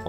我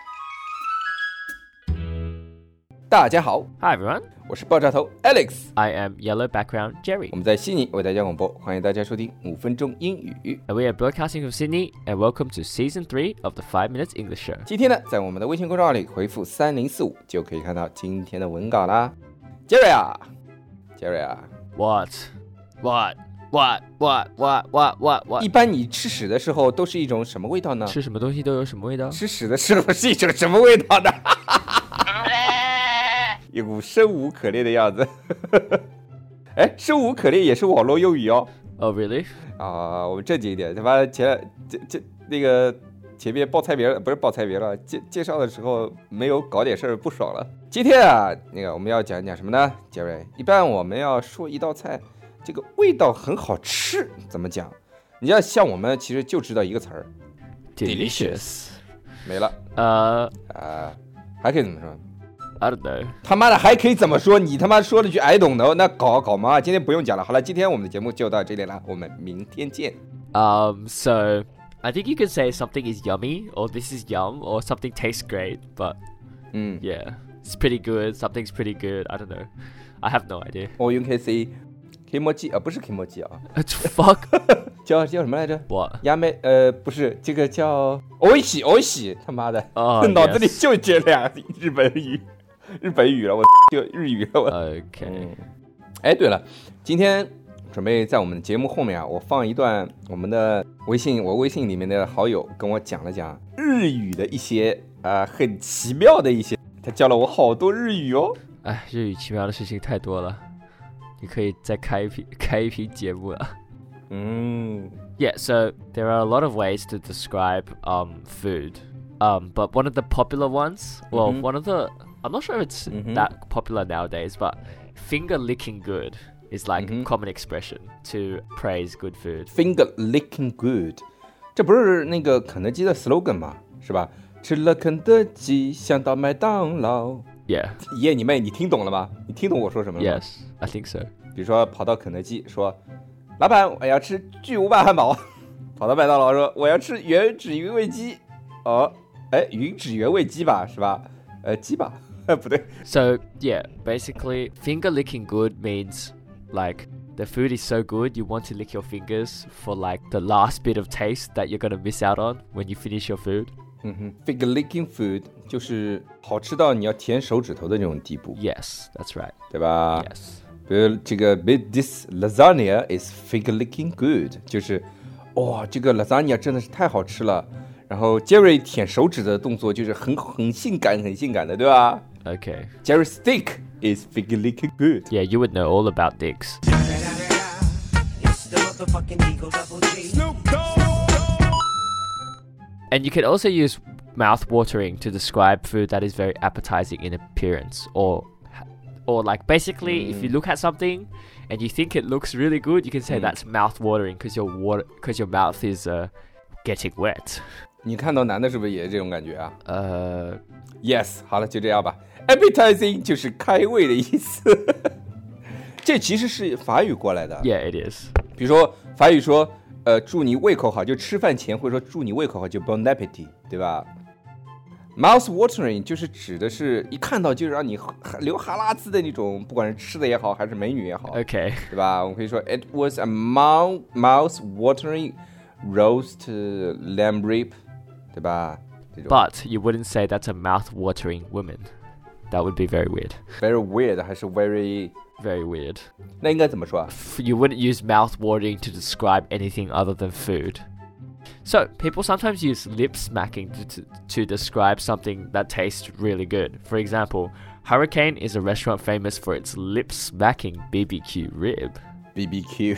大家好， Hi everyone, 我是爆炸头 Alex， I am Yellow Background Jerry, 我们在悉尼为大家广播，欢迎大家收听五分钟英语。 and we are broadcasting from Sydney. And welcome to Season Three of the Five Minutes English Show. 今天呢，在我们的微信公众号里回复三零四五，就可以看到今天的文稿啦。Jerry 啊，Jerry 啊， What? What? What? What? What? What? What? 一 What? 般你吃屎的时候都是一种什么味道呢？吃什么东西都有什么味道？吃屎的时候是一种什么味道呢？一股生无可恋的样子。 哎，生无可恋也是网络用语哦。 Oh really? 啊，我们正经一点，他妈前这这那个前面报菜名儿不是报菜名了，介介绍的时候没有搞点事儿不爽了。今天啊，那个我们要讲一讲什么呢？杰瑞，一般我们要说一道菜，这个味道很好吃，怎么讲？你要像我们其实就知道一个词儿， Delicious. 没了 Uh, 啊、还可以怎么说？ I don't know. 他妈的还可以怎么说？你他妈说了句 I don't know，那搞搞嘛，今天不用讲了。好了，今天我们的节目就到这里了，我们明天见。 Um, so I think you could say something is yummy, or this is yum, or something tastes great. But 嗯。 yeah, it's pretty good. Something's pretty good. I don't know. I have no idea. or you can say kimochi 啊，不是 kimochi 啊， Fuck. 叫叫什么来着？ What? 亚美呃，不是这个叫欧喜欧喜，他妈的，哦 脑子里 Oh, yes 就这俩日本语，日本语了，我 就日语了，我。 Okay. 哎，对了，今天准备在我们节目后面啊，我放一段我们的微信，我微信里面的好友跟我讲了讲日语的一些啊、呃很奇妙的一些，他教了我好多日语哦。哎，日语奇妙的事情太多了，你可以再开一批 开一批节目了。嗯 Yeah, so there are a lot of ways to describe um food, um, but one of the popular ones, well, Mhm. one of the I'm not sure if it's Mhm. that popular nowadays, but finger licking good is like Mhm. a common expression to praise good food. ，finger licking good，这不是那个肯德基的 slogan 吗？是吧？吃了肯德基，想到麦当劳。 Yeah, 爷，你妹，你听懂了吗？你听懂我说什么了吗 yes, I think so. 比如说跑到肯德基说：“老板，我要吃巨无霸汉堡。” 跑到麦当劳说：“我要吃原汁原味鸡。”哦，哎，原汁原味鸡吧，是吧？呃，鸡吧， 不对， So yeah, basically, finger licking good means like the food is so good you want to lick your fingers for like the last bit of taste that you're gonna miss out on when you finish your food. 嗯哼，finger licking food 就是好吃到你要舔手指头的那种地步， Yes, that's right. 对吧 Yes. 比如这个 "But this lasagna is finger licking good，就是哇、这个 lasagna 真的是太好吃了。然后 Jerry 舔手指的动作就是很很性感、很性感的，对吧 Okay. ？Jerry stick is finger licking good。 Yeah, you would know all about dicks. And you can also use mouth watering to describe food that is very appetizing in appearance or or like basically if you look at something and you think it looks really good, you can say that's mouth watering because your water because your mouth is uh, getting wet. 你看到男的是不是也是这种感觉啊 Uh, ？Yes，好了，就这样吧。Appetizing 就是开胃的意思。 这其实是法语过来的。 yeah, it is. 比如说法语说，呃，祝你胃口好，就吃饭前会说祝你胃口好，就 bon appetit，对吧？Mouth watering 就是指的是一看到就让你流哈喇子的那种，不管是吃的也好，还是美女也好， Okay. 对吧？我们可以说 It was a mouth mouth watering roast uh, lamb rib，对吧？这种 But you wouldn't say that's a mouth watering woman. That would be very weird. very weird 还是 very Very weird. 那应该怎么说啊？ f- you wouldn't use mouth watering to describe anything other than food. So people sometimes use lip smacking to, to, to describe something that tastes really good. For example, Hurricane is a restaurant famous for its lip smacking BBQ rib. B B Q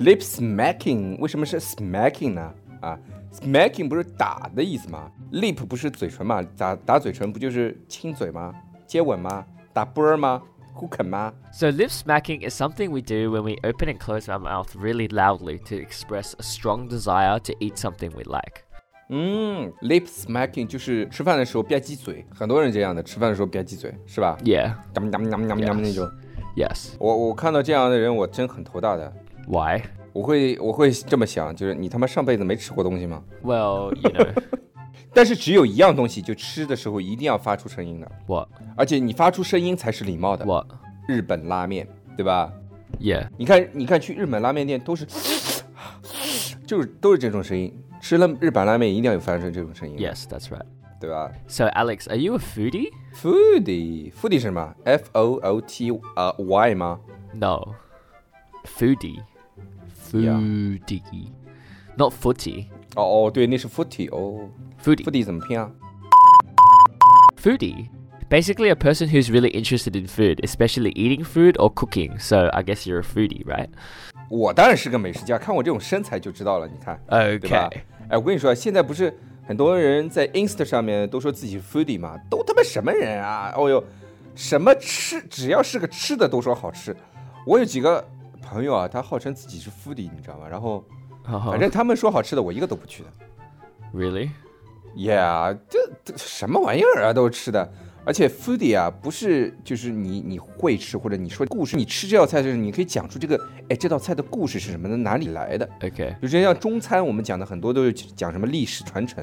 lip smacking 为什么是 smacking 呢？啊，smacking 不是打的意思吗？lip 不是嘴唇嘛？打打嘴唇不就是亲嘴吗？接吻吗？打啵儿吗？互啃吗？ So, lip smacking is something we do when we open and close our mouth really loudly to express a strong desire to eat something we like. 嗯，lip smacking 就是吃饭的时候吧唧嘴，很多人这样的，吃饭的时候吧唧嘴是吧？ Yeah. 喵喵喵喵喵那种。 Yes. 我我看到这样的人，我真很头大的。 Why? 我会我会这么想，就是你他妈上辈子没吃过东西吗？ Well, you know 但是只有一样东西，就吃的时候一定要发出声音的， what? 而且你发出声音才是礼貌的。 What? 日本拉面，对吧？ Yeah. 你看，你看，去日本拉面店都是， 就是都是这种声音。吃了日本拉面一定要有发生这种声音， Yes, that's right. 对吧 So, Alex, are you a foodie? ？Foodie，foodie 是什么？F O O T 呃 Y 吗？ No. Foodie. Yeah. Foodie. Not footy. 哦哦，对，那是 footy 哦 Foodie. ，foodie 怎么拼啊？ Foodie. Basically, a person who's really interested in food, especially eating food or cooking. So, I guess you're a foodie, right? 我当然是个美食家，看我这种身材就知道了。你看，对吧 Okay.？哎，我跟你说，现在不是很多人在 Insta 上面都说自己是 foodie 嘛，都他妈什么人啊？哦哟，什么吃，只要是个吃的都说好吃。我有几个朋友啊，他号称自己是 foodie，你知道吗？然后 Oh, 反正他们说好吃的，我一个都不去的。 really? Yeah，这这什么玩意儿啊，都是吃的。而且 foodie 啊，不是就是你你会吃或者你说故事，你吃这道菜的时候，你可以讲出这个哎这道菜的故事是什么的，哪里来的。 Okay. 比如说像中餐，我们讲的很多都是讲什么历史传承，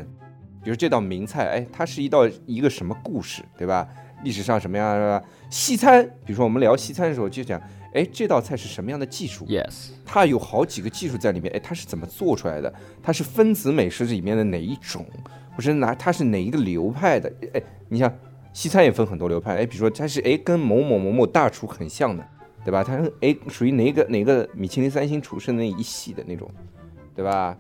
比如这道名菜，哎，它是一道一个什么故事，对吧？历史上什么样的西餐，比如说我们聊西餐的时候就讲，哎，这道菜是什么样的技术？ Yes. 它有好几个技术在里面，哎，它是怎么做出来的？它是分子美食里面的哪一种，或是哪它是哪一个流派的？哎，你像西餐也分很多流派，哎，比如说它是哎跟某某某某大厨很像的，对吧？它哎属于哪个哪个米其林三星厨师那一系的那种，对吧？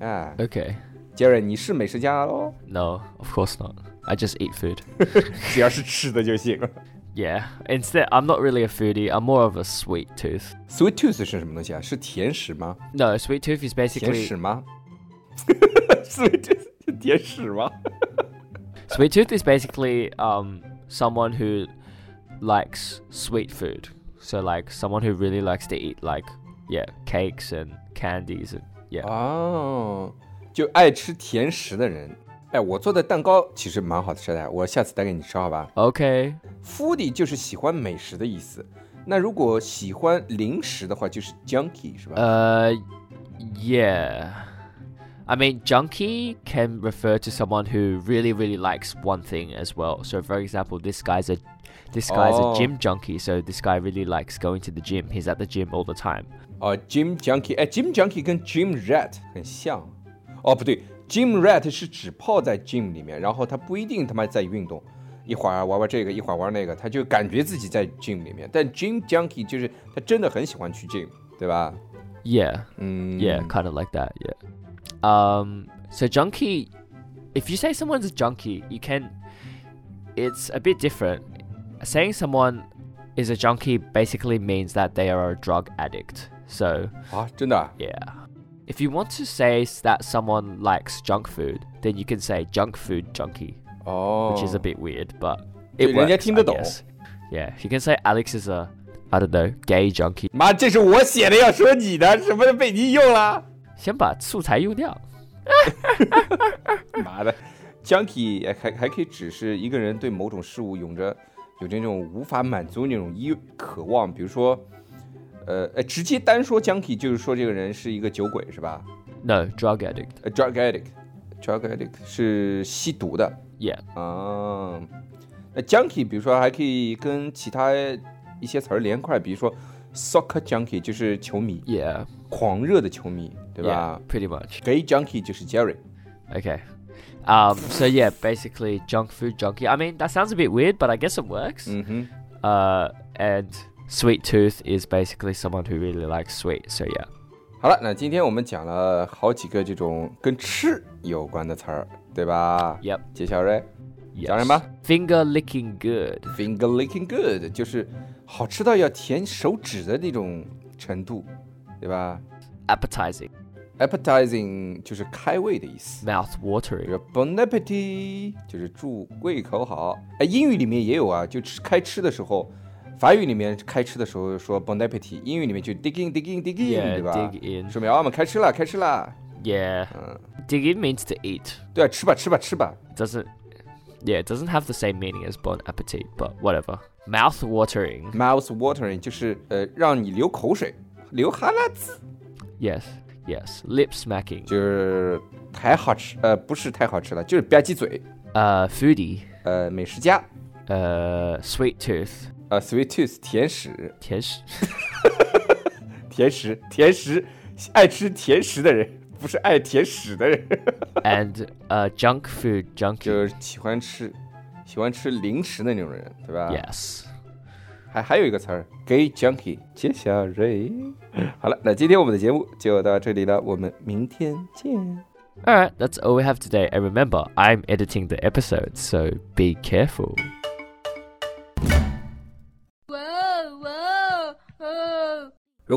哎 Okay. j e r r y 你是美食家喽， No, of course not. I just eat food. 只要是吃的就行。 Yeah. Instead, I'm not really a foodie. I'm more of a sweet tooth. Sweet tooth 是什么东西啊？是甜食吗？ No, sweet tooth is 甜 basically 食吗 ？Sweet tooth 是甜食吗？ sweet tooth is basically um someone who likes sweet food. So like someone who really likes to eat like yeah cakes and candies and yeah. 哦，就爱吃甜食的人。哎，我做的蛋糕其实蛮好吃的，我下次带给你吃好吧 Okay. ？Foodie 就是喜欢美食的意思。那如果喜欢零食的话，就是 junkie 是吧？ Uh, yeah. I mean, junkie can refer to someone who really, really likes one thing as well. So, for example, this guy's a this guy's Oh. a gym junkie. So this guy really likes going to the gym. He's at the gym all the time. 哦，gym junkie，哎，gym junkie 跟 gym rat 很像。哦，不对，gym rat 是只泡在 gym 里面，然后他不一定他妈在运动，一会儿玩玩这个，一会儿玩那个，他就感觉自己在 gym 里面。但 gym junkie 就是他真的很喜欢去 gym，对吧？ Yeah, 嗯 yeah, kind of like that. Yeah. Um. So junkie, if you say someone's a junkie, you can. It's a bit different. Saying someone is a junkie basically means that they are a drug addict. So. 啊，真的啊、 Yeah. If you want to say s- that someone likes junk food, then you can say junk food junkie, 哦 which is a bit weird, but 对 it 人 works. 家听得 I 懂。 guess. Yeah, you can say Alex is a, I don't know, gay junkie. 妈，这是我写的，要说你的，什么被你用 了？先把素材用掉。妈的，junkie 哎还还可以指是一个人对某种事物有着有着那种无法满足那种一渴望，比如说，呃，呃直接单说 junkie 就是说这个人是一个酒鬼是吧 No, drug addict. 呃？drug addict，drug addict 是吸毒的 Yeah. 啊。那 junkie 比如说还可以跟其他一些词儿连块儿，比如说 soccer junkie 就是球迷， Yeah. 狂热的球迷，对 Yeah. 吧 Pretty much. ？gay junkie 就是 Jerry。 Okay. Um, so yeah, basically junk food junkie. I mean, that sounds a bit weird, but I guess it works. 嗯哼。 Uh, and sweet tooth is basically someone who really likes sweet. So yeah. 好了，那今天我们讲了好几个这种跟吃有关的词儿，对吧？ Yep. 接下来 Yes. 讲什么 Finger licking good. ？finger licking good 就是好吃到要舔手指的那种程度，对吧 Appetizing. appetizing 就是开胃的意思， mouth 比 watering. 如 bon appetit 就是祝胃口好。哎，英语里面也有啊，就吃开吃的时候，法语里面开吃的时候说 bon appetit，英语里面就 dig in dig in dig in，、 Yeah, 对吧 dig in 说明啊，我们开吃了，开吃嗯了。 Yeah. Dig in means to eat. 对啊，吃吧吃吧吃吧。 Doesn't yeah, it doesn't have the same meaning as bon appetit, but whatever. Mouth watering. Mouth watering 就是呃让你流口水，流哈喇子， Yes. Yes. Lip smacking. 就是太好吃，呃不是太好吃了，就是吧唧嘴。 Uh foodie. 呃，美食家， Uh sweet tooth. 呃，sweet tooth 甜食， Tish. 甜食，甜食，爱吃甜食的人，不是爱甜屎的人， and uh junk food junkie. 就是喜欢吃，喜欢吃零食的那种人，对吧 Yes. 还还有一个词儿，gay junkie，接小瑞。好了，那今天我们的节目就到这里了，我们明天见。 Alright, that's all we have today. And remember, I'm editing the episode, so be careful. Whoa, whoa, oh. whoa. 如